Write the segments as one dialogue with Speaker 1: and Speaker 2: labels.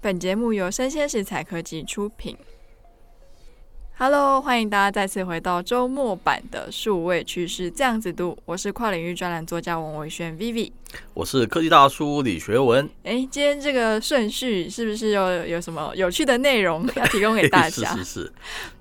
Speaker 1: 本节目由生鲜食材科技出品。Hello，欢迎大家再次回到周末版的数位趋势这样子读，我是跨领域专栏作家王维轩 Vivi。
Speaker 2: 我是科技大叔李学文，
Speaker 1: 哎，今天这个顺序是不是有有什么有趣的内容 要提供给大
Speaker 2: 是
Speaker 1: 家？
Speaker 2: 是是，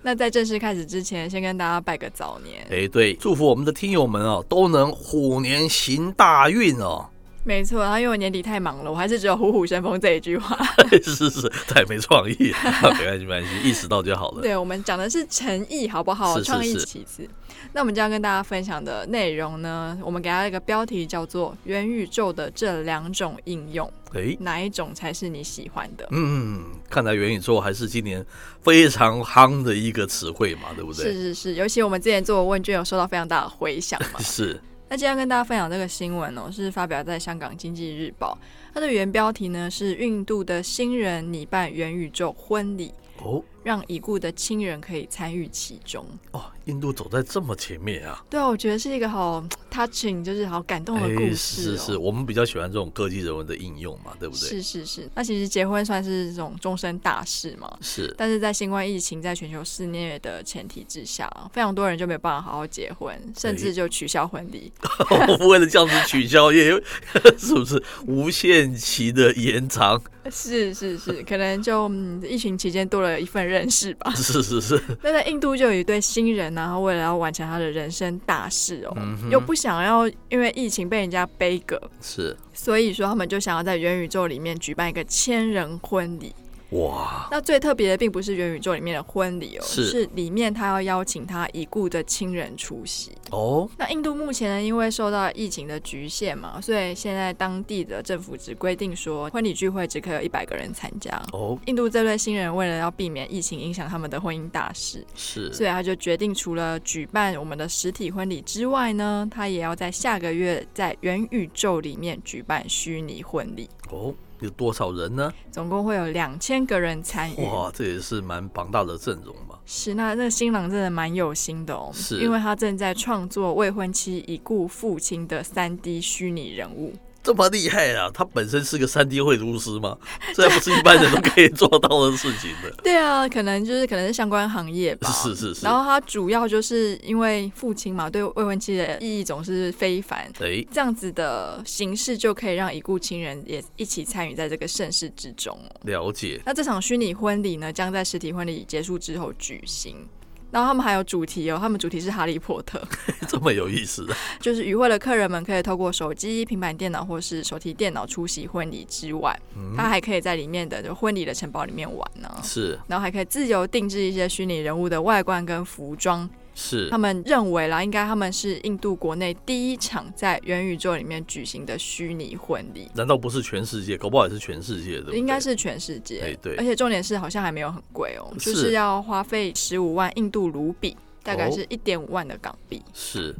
Speaker 1: 那在正式开始之前，先跟大家拜个早年。
Speaker 2: 哎，对，祝福我们的听友们哦，都能虎年行大运 哦，
Speaker 1: 没错，然后因为我年底太忙了，我还是只有“虎虎生风”这一句话。
Speaker 2: 是是，太没创意了，没关系没关系，意识到就好了。
Speaker 1: 对，我们讲的是诚意，好不好？
Speaker 2: 是是
Speaker 1: 创意
Speaker 2: 是
Speaker 1: 起子。那我们今天要跟大家分享的内容呢，我们给它一个标题叫做“元宇宙的这两种应用，
Speaker 2: 哎，
Speaker 1: 哪一种才是你喜欢的
Speaker 2: 嗯，看来元宇宙还是今年非常夯的一个词汇嘛，对不”？
Speaker 1: 是
Speaker 2: 对？。
Speaker 1: 是是，尤其我们之前做的问卷有收到非常大的回响嘛
Speaker 2: 是
Speaker 1: 那今天要跟大家分享这个新闻哦，是发表在香港经济日报，它的原标题呢是“印度的新人拟办元宇宙婚礼”。
Speaker 2: 哦
Speaker 1: 让已故的亲人可以参与其中。
Speaker 2: 哦，印度走在这么前面啊，
Speaker 1: 对啊，我觉得是一个好 touching，就是好感动的故
Speaker 2: 哎，
Speaker 1: 事、哦
Speaker 2: 是是是，我们比较喜欢这种科技人文的应用嘛，对不对？
Speaker 1: 是是是那其实结婚算是这种终身大事嘛。
Speaker 2: 是
Speaker 1: 但是在新冠疫情在全球肆虐的前提之下，非常多人就没有办法好好结婚，甚
Speaker 2: 哎
Speaker 1: 至就取消婚礼。
Speaker 2: 我哦为了这样子取消，也 是不是无限期的延长？
Speaker 1: 是是是，可能就、嗯、疫情期间多了一份认识 吧。
Speaker 2: 是是是，
Speaker 1: 那在印度就有一对新人，然后为了要完成他的人生大事
Speaker 2: 嗯
Speaker 1: 哦，又不想要因为疫情被人家背梗，
Speaker 2: 是
Speaker 1: 所以说他们就想要在元宇宙里面举办一个千人婚礼。
Speaker 2: 哇，
Speaker 1: 那最特别的并不是元宇宙里面的婚礼哦，
Speaker 2: 是
Speaker 1: 里面他要邀请他已故的亲人出席。
Speaker 2: 哦，
Speaker 1: 那印度目前呢，因为受到疫情的局限嘛，所以现在当地的政府只规定说，婚礼聚会只可以有一百个人参加。
Speaker 2: 哦，
Speaker 1: 印度这对新人为了要避免疫情影响他们的婚姻大事，
Speaker 2: 是
Speaker 1: 所以他就决定除了举办我们的实体婚礼之外呢，他也要在下个月在元宇宙里面举办虚拟婚礼，
Speaker 2: 哦，有多少人呢？
Speaker 1: 总共会有两千个人参与。
Speaker 2: 哇，这也是蛮庞大的阵容嘛。
Speaker 1: 是，那那个新郎真的蛮有心的哦，
Speaker 2: 是
Speaker 1: 因为他正在创作未婚妻已故父亲的三 D 虚拟人物。
Speaker 2: 这么厉害啊！他本身是个三 D 绘图师吗？这还不是一般人都可以做到的事情 的。
Speaker 1: 对啊，可能就是可能是相关行业吧。
Speaker 2: 是是是
Speaker 1: 啊然后他主要就是因为父亲嘛，对未婚妻的意义总是非凡。
Speaker 2: 哎，
Speaker 1: 这样子的形式就可以让已故亲人也一起参与在这个盛世之中哦。
Speaker 2: 了解。
Speaker 1: 那这场虚拟婚礼呢，将在实体婚礼结束之后举行。然后他们还有主题哦，他们主题是哈利波特。
Speaker 2: 这么有意思的啊
Speaker 1: 就是与会的客人们可以透过手机、平板电脑或是手提电脑出席婚礼之外，
Speaker 2: 嗯
Speaker 1: 他还可以在里面的就婚礼的城堡里面玩呢、
Speaker 2: 是
Speaker 1: 然后还可以自由定制一些虚拟人物的外观跟服装。
Speaker 2: 是
Speaker 1: 他们认为啦，应该他们是印度国内第一场在元宇宙里面举行的虚拟婚礼，
Speaker 2: 难道不是全世界？搞不好也是全世界的。
Speaker 1: 应该是全世界。
Speaker 2: 哎对
Speaker 1: 而且重点是好像还没有很贵哦，
Speaker 2: 是
Speaker 1: 就是要花费十五万印度卢比，大概
Speaker 2: 哦
Speaker 1: 是一点五万的港币。
Speaker 2: 是。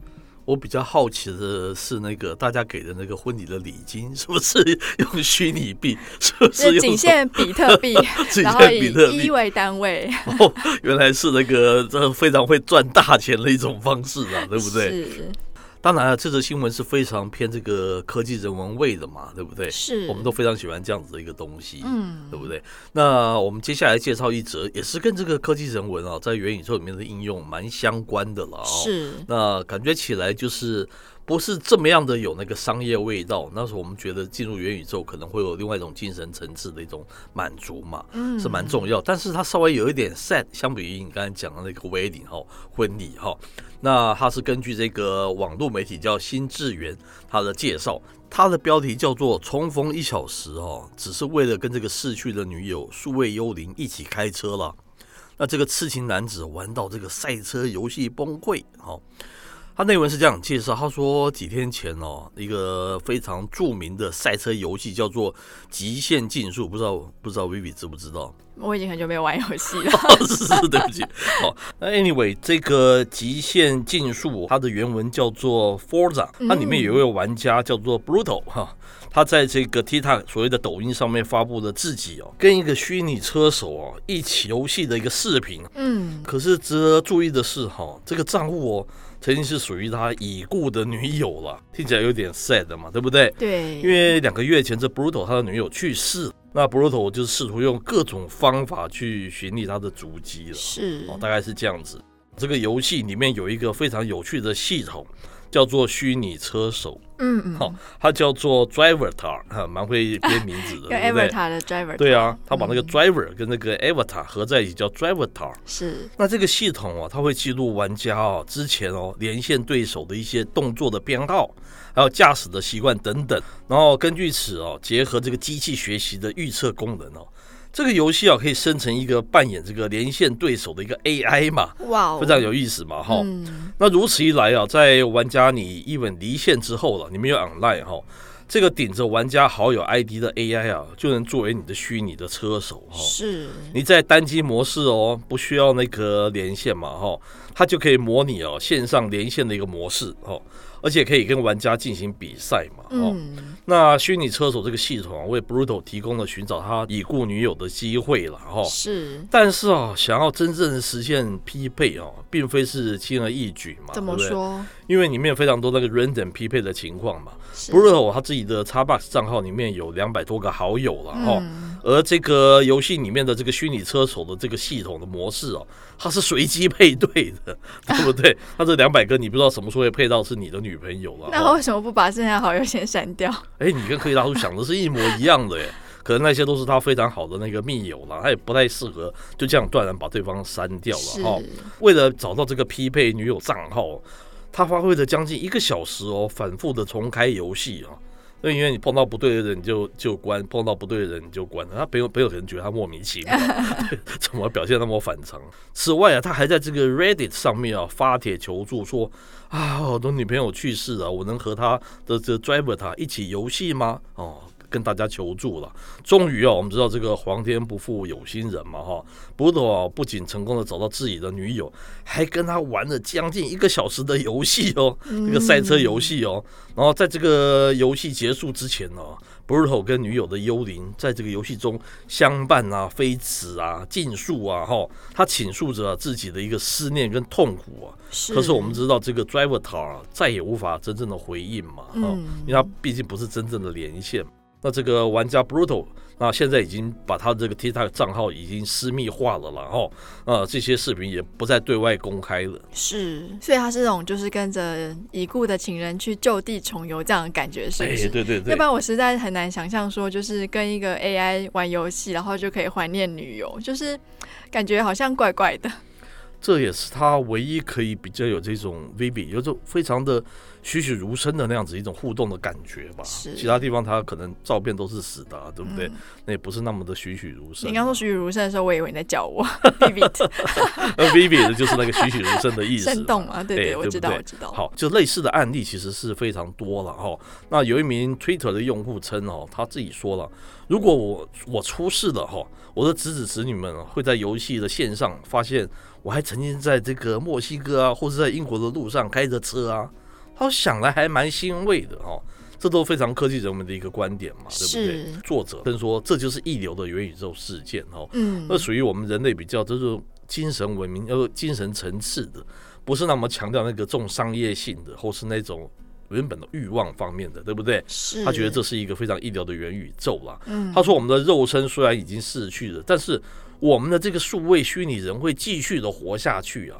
Speaker 2: 我比较好奇的是，那个大家给的那个婚礼的礼金，是不 是用虚拟币？是不是
Speaker 1: 是
Speaker 2: 用
Speaker 1: 仅限比特币，
Speaker 2: 仅
Speaker 1: 然后
Speaker 2: 限
Speaker 1: 以
Speaker 2: 比特币
Speaker 1: 一？为单位，
Speaker 2: 哦，原来是那个这非常会赚大钱的一种方式啊，对不对？
Speaker 1: 是
Speaker 2: 当然了，啊这则新闻是非常偏这个科技人文味的嘛，对不对？
Speaker 1: 是，
Speaker 2: 我们都非常喜欢这样子的一个东西，
Speaker 1: 嗯
Speaker 2: 对不对？那我们接下来介绍一则，也是跟这个科技人文啊，在元宇宙里面的应用蛮相关的了哦。。
Speaker 1: 是
Speaker 2: 那感觉起来就是不是这么样的有那个商业味道。那时候我们觉得进入元宇宙可能会有另外一种精神层次的一种满足嘛，
Speaker 1: 嗯
Speaker 2: 是蛮重要。但是它稍微有一点 sad，相比于你刚才讲的那个 wedding 哈婚礼哈，那它是根据这个网络媒体叫新智源它的介绍。它的标题叫做“重逢一小时”哦，只是为了跟这个逝去的女友数位幽灵一起开车了。那这个痴情男子玩到这个赛车游戏崩溃，好、他内文是这样介绍，他说几天前哦，一个非常著名的赛车游戏叫做《极限竞速》，不知道不知道 Vivi 知不知道？哦
Speaker 1: 我已经很久没有玩游戏了，
Speaker 2: 是是是，对不起。好，那 anyway，这个《极限竞速》它的原文叫做 Forza，它里面有一位玩家叫做 Brutal 哈，他在这个 TikTok 所谓的抖音上面发布了自己哦跟一个虚拟车手哦一起游戏的一个视频，
Speaker 1: 嗯，
Speaker 2: 可是值得注意的是，哈，这个账户哦，曾经是属于他已故的女友了，听起来有点 sad 嘛，对不对？
Speaker 1: 对，
Speaker 2: 因为两个月前，这 Brutal 他的女友去世，那 Bruto 就是试图用各种方法去寻觅他的足迹了。
Speaker 1: 是
Speaker 2: 哦，大概是这样子。这个游戏里面有一个非常有趣的系统，叫做虚拟车手，
Speaker 1: 嗯嗯，
Speaker 2: 好、它叫做 Driver Tar，哈，蛮会编名字的，
Speaker 1: 跟
Speaker 2: 对不对？
Speaker 1: Avatar 的 Driver
Speaker 2: 对啊，他把那个
Speaker 1: 嗯
Speaker 2: Driver 跟那个 Avatar 合在一起叫 Driver Tar。
Speaker 1: 是
Speaker 2: 那这个系统啊，它会记录玩家哦之前哦连线对手的一些动作的编号，还有驾驶的习惯等等，然后根据此哦，结合这个机器学习的预测功能哦，这个游戏啊可以生成一个扮演这个连线对手的一个 AI 嘛，
Speaker 1: 哇哦，
Speaker 2: 非常有意思嘛哈。
Speaker 1: 嗯
Speaker 2: 那如此一来啊，在玩家你一本离线之后了，你没有 online 哈、这个顶着玩家好友 ID 的 AI 啊，就能作为你的虚拟的车手
Speaker 1: 哦
Speaker 2: 哈、
Speaker 1: 是
Speaker 2: 你在单机模式哦，不需要那个连线嘛哈、它就可以模拟哦线上连线的一个模式哦，而且可以跟玩家进行比赛嘛哦。
Speaker 1: 嗯
Speaker 2: 那虚拟车手这个系统啊，为 Bruto 提供了寻找他已故女友的机会了
Speaker 1: 哦
Speaker 2: 哈、
Speaker 1: 是
Speaker 2: 但是啊，想要真正实现匹配哦，并非是轻而易举嘛。
Speaker 1: 怎么
Speaker 2: 对不对
Speaker 1: 说？
Speaker 2: 因为里面有非常多那个 random 匹配的情况嘛。
Speaker 1: 是
Speaker 2: Bruno 他自己的 Xbox 账号里面有两百多个好友了哈、
Speaker 1: 嗯
Speaker 2: 而这个游戏里面的这个虚拟车手的这个系统的模式哦，它是随机配对的，对不 对？它这两百个你不知道什么时候会配到是你的女朋友了。
Speaker 1: 那
Speaker 2: 哈
Speaker 1: 为什么不把剩下哦好友先删掉？
Speaker 2: 哎、你跟科技大叔想的是一模一样的耶。哎可能那些都是他非常好的那个密友啦，他也不太适合就这样断然把对方删掉
Speaker 1: 是
Speaker 2: 了哈。为了找到这个匹配女友账号，他花费了将近一个小时哦，反复的重开游戏啊。那因为你碰到不对的人你就就关，碰到不对的人你就关。啊他朋友朋友可能觉得他莫名其妙， 对怎么表现那么反常？此外啊，他还在这个 Reddit 上面啊发帖求助说啊，我的女朋友去世了，我能和她的这 Driver 他一起游戏吗？哦。跟大家求助了，终于啊，我们知道这个皇天不负有心人嘛哈，b u d o 不仅成功的找到自己的女友，还跟他玩了将近一个小时的游戏哦，这个赛车游戏哦。然后在这个游戏结束之前哦 b r u t o 跟女友的幽灵在这个游戏中相伴啊、飞驰啊、竞速啊，哈，他倾诉着自己的一个思念跟痛苦啊。
Speaker 1: 是
Speaker 2: 可是我们知道这个 Driver Tar 啊再也无法真正的回应嘛，哈、
Speaker 1: 嗯
Speaker 2: 因为它毕竟不是真正的连线。那这个玩家 Brutal 啊，现在已经把他这个 TikTok 账号已经私密化了啦，然后呃，这些视频也不再对外公开了。
Speaker 1: 是，所以他是那种就是跟着已故的情人去就地重游这样的感觉，是不是？
Speaker 2: 对对
Speaker 1: 要
Speaker 2: 对
Speaker 1: 不，然我实在很难想象说，就是跟一个 AI 玩游戏，然后就可以怀念女友，就是感觉好像怪怪的。
Speaker 2: 这也是他唯一可以比较有这种 Vivi，有种非常的栩栩如生的那样子一种互动的感觉吧。
Speaker 1: 是
Speaker 2: 其他地方他可能照片都是死的、啊，对不对？
Speaker 1: 嗯
Speaker 2: 那也不是那么的栩栩如生。
Speaker 1: 你刚说栩栩如生的时候，我以为你在叫 我 Vivi
Speaker 2: 呃 Vivi 的就是那个栩栩如生的意思 嘛。
Speaker 1: 生动啊嘛？对
Speaker 2: 哎
Speaker 1: 对，
Speaker 2: 对
Speaker 1: 我
Speaker 2: 不
Speaker 1: 知道，
Speaker 2: 对
Speaker 1: 我知道。
Speaker 2: 好，就类似的案例其实是非常多了哈、那有一名 Twitter 的用户称哦，他自己说了，如果我我出事了哈、我的侄子侄女们会在游戏的线上发现我还曾经在这个墨西哥啊，或是在英国的路上开着车啊，他想来还蛮欣慰的哈、这都非常科技人文的一个观点嘛，对不对
Speaker 1: 是？
Speaker 2: 作者称说这就是一流的元宇宙事件哦，
Speaker 1: 嗯
Speaker 2: 那，属于我们人类比较就是精神文明呃精神层次的，不是那么强调那个重商业性的，或是那种原本的欲望方面的，对不对？
Speaker 1: 是
Speaker 2: 他觉得这是一个非常意料的元宇宙啦。
Speaker 1: 嗯
Speaker 2: 他说我们的肉身虽然已经逝去了，但是我们的这个数位虚拟人会继续的活下去啊。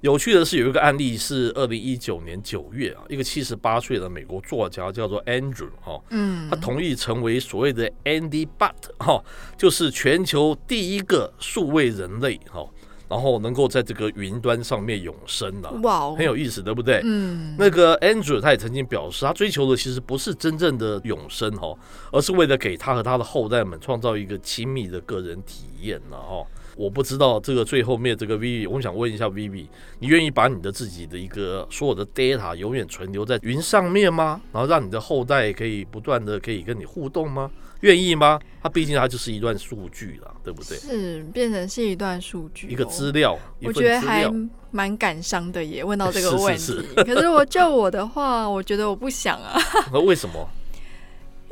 Speaker 2: 有趣的是，有一个案例是二零一九年九月啊，一个七十八岁的美国作家叫做 Andrew 哈、
Speaker 1: 嗯
Speaker 2: 他同意成为所谓的 Andy Butt 哈、就是全球第一个数位人类哈、然后能够在这个云端上面永生的、啊
Speaker 1: 哇哦
Speaker 2: 很有意思，对不对？
Speaker 1: 嗯
Speaker 2: 那个 Andrew 他也曾经表示，他追求的其实不是真正的永生哈、而是为了给他和他的后代们创造一个亲密的个人体验呢、哈。我不知道这个最后面这个 Vivi，我想问一下 Vivi，你愿意把你的自己的一个所有的 data 永远存留在云上面吗？然后让你的后代可以不断的可以跟你互动吗？愿意吗？它毕竟它就是一段数据啦，对不对？
Speaker 1: 是变成是一段数据、哦
Speaker 2: 一个资。料，一
Speaker 1: 我
Speaker 2: 份
Speaker 1: 觉得
Speaker 2: 资
Speaker 1: 还
Speaker 2: 料。
Speaker 1: 蛮感伤的耶，问到 这个问题。
Speaker 2: 是是是
Speaker 1: 可是我就我的话，我觉得我不想啊，
Speaker 2: 那为什么？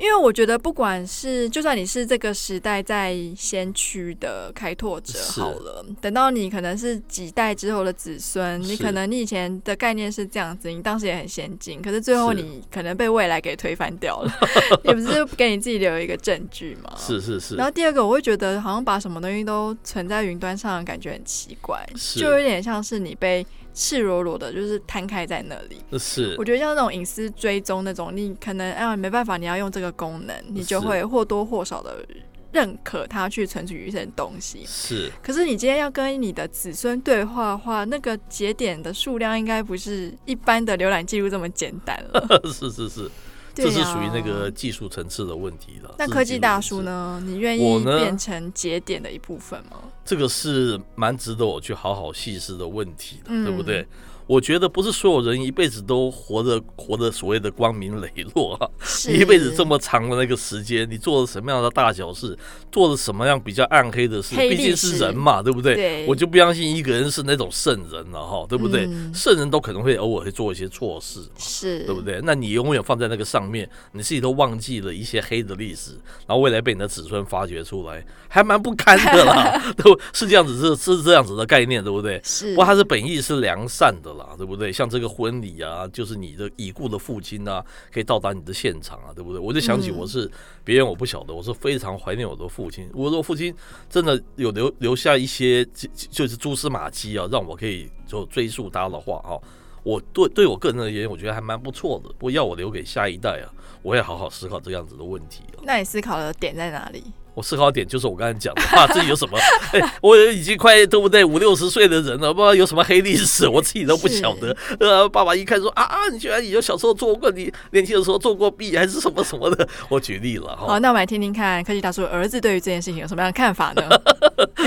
Speaker 1: 因为我觉得，不管是就算你是这个时代在先驱的开拓者
Speaker 2: 是
Speaker 1: 好了，等到你可能是几代之后的子孙，你
Speaker 2: 是
Speaker 1: 可能你以前的概念是这样子，你当时也很先进，可是最后
Speaker 2: 是
Speaker 1: 你可能被未来给推翻掉 了，也不是给你自己留一个证据吗？。
Speaker 2: 是是是
Speaker 1: 然，后第二个，我会觉得好像把什么东西都存在云端上，感觉很奇怪，
Speaker 2: 是
Speaker 1: 就有点像是你被赤裸裸的，就是摊开在那里。
Speaker 2: 是
Speaker 1: 我觉得像那种隐私追踪那种，你可能啊没办法，你要用这个功能，你就是会或多或少的认可它去存取一些东西。
Speaker 2: 是
Speaker 1: 可是你今天要跟你的子孙对话的话，那个节点的数量应该不是一般的浏览记录这么简单 了。
Speaker 2: 是是是，
Speaker 1: 对
Speaker 2: 这是
Speaker 1: 啊
Speaker 2: 属于那个。技术层次的问题了。
Speaker 1: 那
Speaker 2: 这是
Speaker 1: 科
Speaker 2: 技
Speaker 1: 技
Speaker 2: 术
Speaker 1: 大
Speaker 2: 层
Speaker 1: 叔
Speaker 2: 次？
Speaker 1: 呢？你愿
Speaker 2: 我
Speaker 1: 意
Speaker 2: 呢
Speaker 1: 变成节点的一部分吗？
Speaker 2: 这个是蛮值得我去好好细思的问题的，
Speaker 1: 嗯
Speaker 2: 对不对？我觉得不是所有人一辈子都活得活得所谓的光明磊落啊，
Speaker 1: 是
Speaker 2: 你一辈子这么长的那个时间，你做了什么样的大小事，做了什么样比较暗黑的事，
Speaker 1: 黑历
Speaker 2: 毕
Speaker 1: 史
Speaker 2: 竟是人嘛，对不对？
Speaker 1: 对
Speaker 2: 我就不相信一个人是那种圣人了哈，对不对？
Speaker 1: 嗯
Speaker 2: 圣人都可能会偶尔会做一些错事，
Speaker 1: 是
Speaker 2: 对不？对？那你永远放在那个上面，你自己都忘记了一些黑的历史，然后未来被你的子孙发掘出来，还蛮不堪的啦，对不？是这样子，是是这样子的概念，对不对？
Speaker 1: 是
Speaker 2: 不过他是本意是良善的啦，对不对？像这个婚礼啊，就是你的已故的父亲啊，可以到达你的现场啊，对不对？我就想起
Speaker 1: 嗯
Speaker 2: 我是别人我不晓得，我是非常怀念我的父亲。我的父亲真的有留留下一些就就是蛛丝马迹啊，让我可以就追溯他的话啊。我对对我个人而言，我觉得还蛮不错的。不过要我留给下一代啊，我也好好思考这样子的问题啊。
Speaker 1: 那你思考的点在哪里？
Speaker 2: 我思考点就是我刚才讲的， 怕自己有什么，哎、我已经快对不对五六十岁的人了，不知道有什么黑历史，我自己都不晓得。呃，爸爸一看说啊啊，你居然有小时候做过，你年轻的时候做过弊还是什么什么的， 我举例了
Speaker 1: 好，
Speaker 2: 哈，
Speaker 1: 那我们来听听看科技大叔的儿子对于这件事情有什么样的看法呢？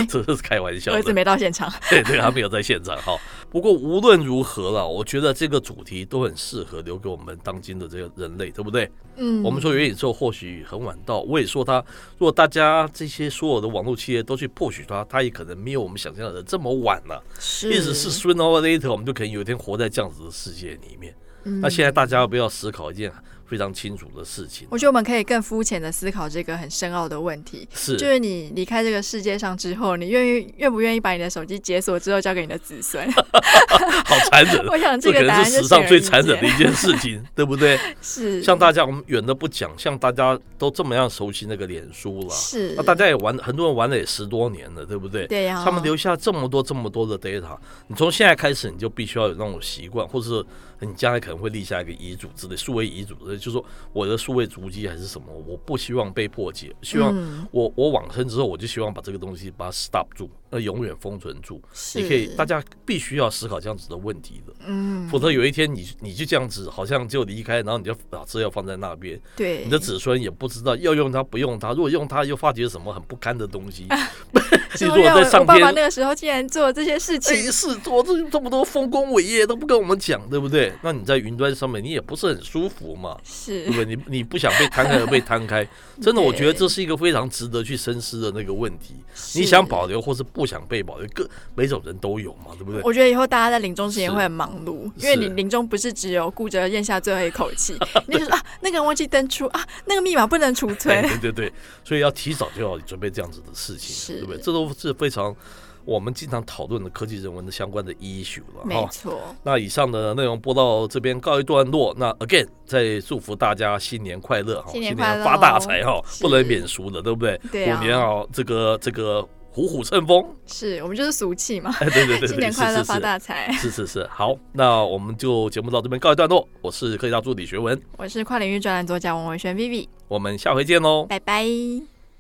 Speaker 2: 这是开玩笑
Speaker 1: 儿子
Speaker 2: 的，
Speaker 1: 没到现场，
Speaker 2: 对对，他没有在现场哈。不过无论如何了，我觉得这个主题都很适合留给我们当今的这个人类，对不对？
Speaker 1: 嗯，
Speaker 2: 我们说元宇宙或许很晚到，我也说它，如果大家这些所有的网络企业都去破许它，它也可能没有我们想象的这么晚了、
Speaker 1: 是
Speaker 2: 一直是 sooner or later，我们就可能有一天活在这样子的世界里面。
Speaker 1: 嗯
Speaker 2: 那现在大家要不要思考一件非常清楚的事情？
Speaker 1: 我觉得我们可以更肤浅的思考这个很深奥的问题，
Speaker 2: 是
Speaker 1: 就是你离开这个世界上之后，你愿意愿不愿意把你的手机解锁之后交给你的子 孙？，
Speaker 2: 好残忍
Speaker 1: 我想
Speaker 2: 这
Speaker 1: 这
Speaker 2: 可
Speaker 1: 个答
Speaker 2: 能
Speaker 1: 案
Speaker 2: 是
Speaker 1: 就
Speaker 2: 史上
Speaker 1: 显而
Speaker 2: 最
Speaker 1: 易
Speaker 2: 残忍的
Speaker 1: 见
Speaker 2: 一件事情，对不对？
Speaker 1: 是
Speaker 2: 像大家我们远的不讲，像大家都这么样熟悉那个脸书了，
Speaker 1: 是
Speaker 2: 那大家也玩，很多人玩了也十多年了，对不对？
Speaker 1: 对呀，
Speaker 2: 他们留下这么多这么多的 data，你从现在开始你就必须要有那种习惯，或者是你将来可能会立下一个遗嘱之类，数位遗嘱之类，就是说我的数位足迹还是什么，我不希望被破解，希望
Speaker 1: 嗯
Speaker 2: 我我往生之后，我就希望把这个东西把它 stop 住，那永远封存住。
Speaker 1: 是
Speaker 2: 你可以，大家必须要思考这样子的问题的，
Speaker 1: 嗯
Speaker 2: 否则有一天你你就这样子，好像就离开，然后你就把资料放在那边，
Speaker 1: 对
Speaker 2: 你的子孙也不知道要用它不用它，如果用它又发觉什么很不堪的东西。
Speaker 1: 啊
Speaker 2: 你
Speaker 1: 是
Speaker 2: 如
Speaker 1: 不
Speaker 2: 果
Speaker 1: 是
Speaker 2: 在
Speaker 1: 我
Speaker 2: 上
Speaker 1: 我爸
Speaker 2: 天
Speaker 1: 爸那个时候竟然做了这些事
Speaker 2: 哎，
Speaker 1: 情，
Speaker 2: 是做这这么多丰功伟业都不跟我们讲，对不对？那你在云端上面你也不是很舒服嘛，
Speaker 1: 是
Speaker 2: 对不对？你你不想被摊开而被摊开，真的，我觉得
Speaker 1: 对
Speaker 2: 这是一个非常值得去深思的那个问题。你
Speaker 1: 是
Speaker 2: 想保留或是不想被保留，各每种人都有嘛，对不对？
Speaker 1: 我觉得以后大家在临终之前
Speaker 2: 是
Speaker 1: 会很忙碌，
Speaker 2: 是
Speaker 1: 因为你临终不是只有顾着咽下最后一口 气，你就说啊，那个人忘记登出啊，那个密码不能储
Speaker 2: 哎
Speaker 1: 存。
Speaker 2: 对对对，所以要提早就要准备这样子的事情，
Speaker 1: 是
Speaker 2: 对不对？这都是非常我们经常讨论的科技人文的相关的 issue 了
Speaker 1: 没
Speaker 2: 哈。
Speaker 1: 错，
Speaker 2: 那以上的内容播到这边告一段落。那 again，再祝福大家新年快乐哈，
Speaker 1: 新年快乐哦
Speaker 2: 发大财哈，
Speaker 1: 是
Speaker 2: 不能免俗的，对不对？
Speaker 1: 对啊
Speaker 2: 虎年啊，这个这个虎虎生风，
Speaker 1: 是我们就是俗气嘛。
Speaker 2: 哎，对对对对，
Speaker 1: 新年
Speaker 2: 是
Speaker 1: 快
Speaker 2: 是
Speaker 1: 乐，
Speaker 2: 是
Speaker 1: 发大财！
Speaker 2: 是是是，好，那我们就节目到这边告一段落。我是科技大助理学文，
Speaker 1: 我是跨领域专栏作家王文轩 Vivi，
Speaker 2: 我们下回见喽，
Speaker 1: 拜拜。